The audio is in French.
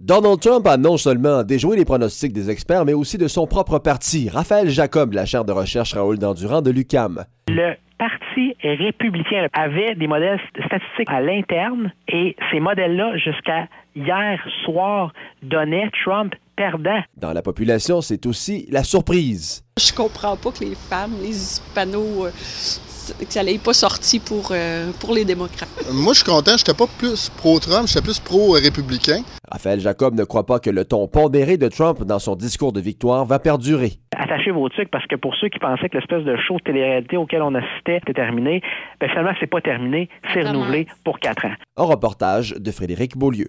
Donald Trump a non seulement déjoué les pronostics des experts, mais aussi de son propre parti, Raphaël Jacob, de la chaire de recherche Raoul Dandurand de l'UCAM. Le parti républicain avait des modèles statistiques à l'interne et ces modèles-là, jusqu'à hier soir, donnaient Trump perdant. Dans la population, c'est aussi la surprise. Je comprends pas que les femmes, les hispanos, euh, que ça n'ait pas sorti pour, euh, pour les démocrates. Moi, je suis content. J'étais pas plus pro-Trump, j'étais plus pro-républicain. Raphaël Jacob ne croit pas que le ton pondéré de Trump dans son discours de victoire va perdurer. Attachez vos trucs parce que pour ceux qui pensaient que l'espèce de show de télé-réalité auquel on assistait était terminé, ben finalement, c'est pas terminé, c'est renouvelé pour quatre ans. Un reportage de Frédéric Beaulieu.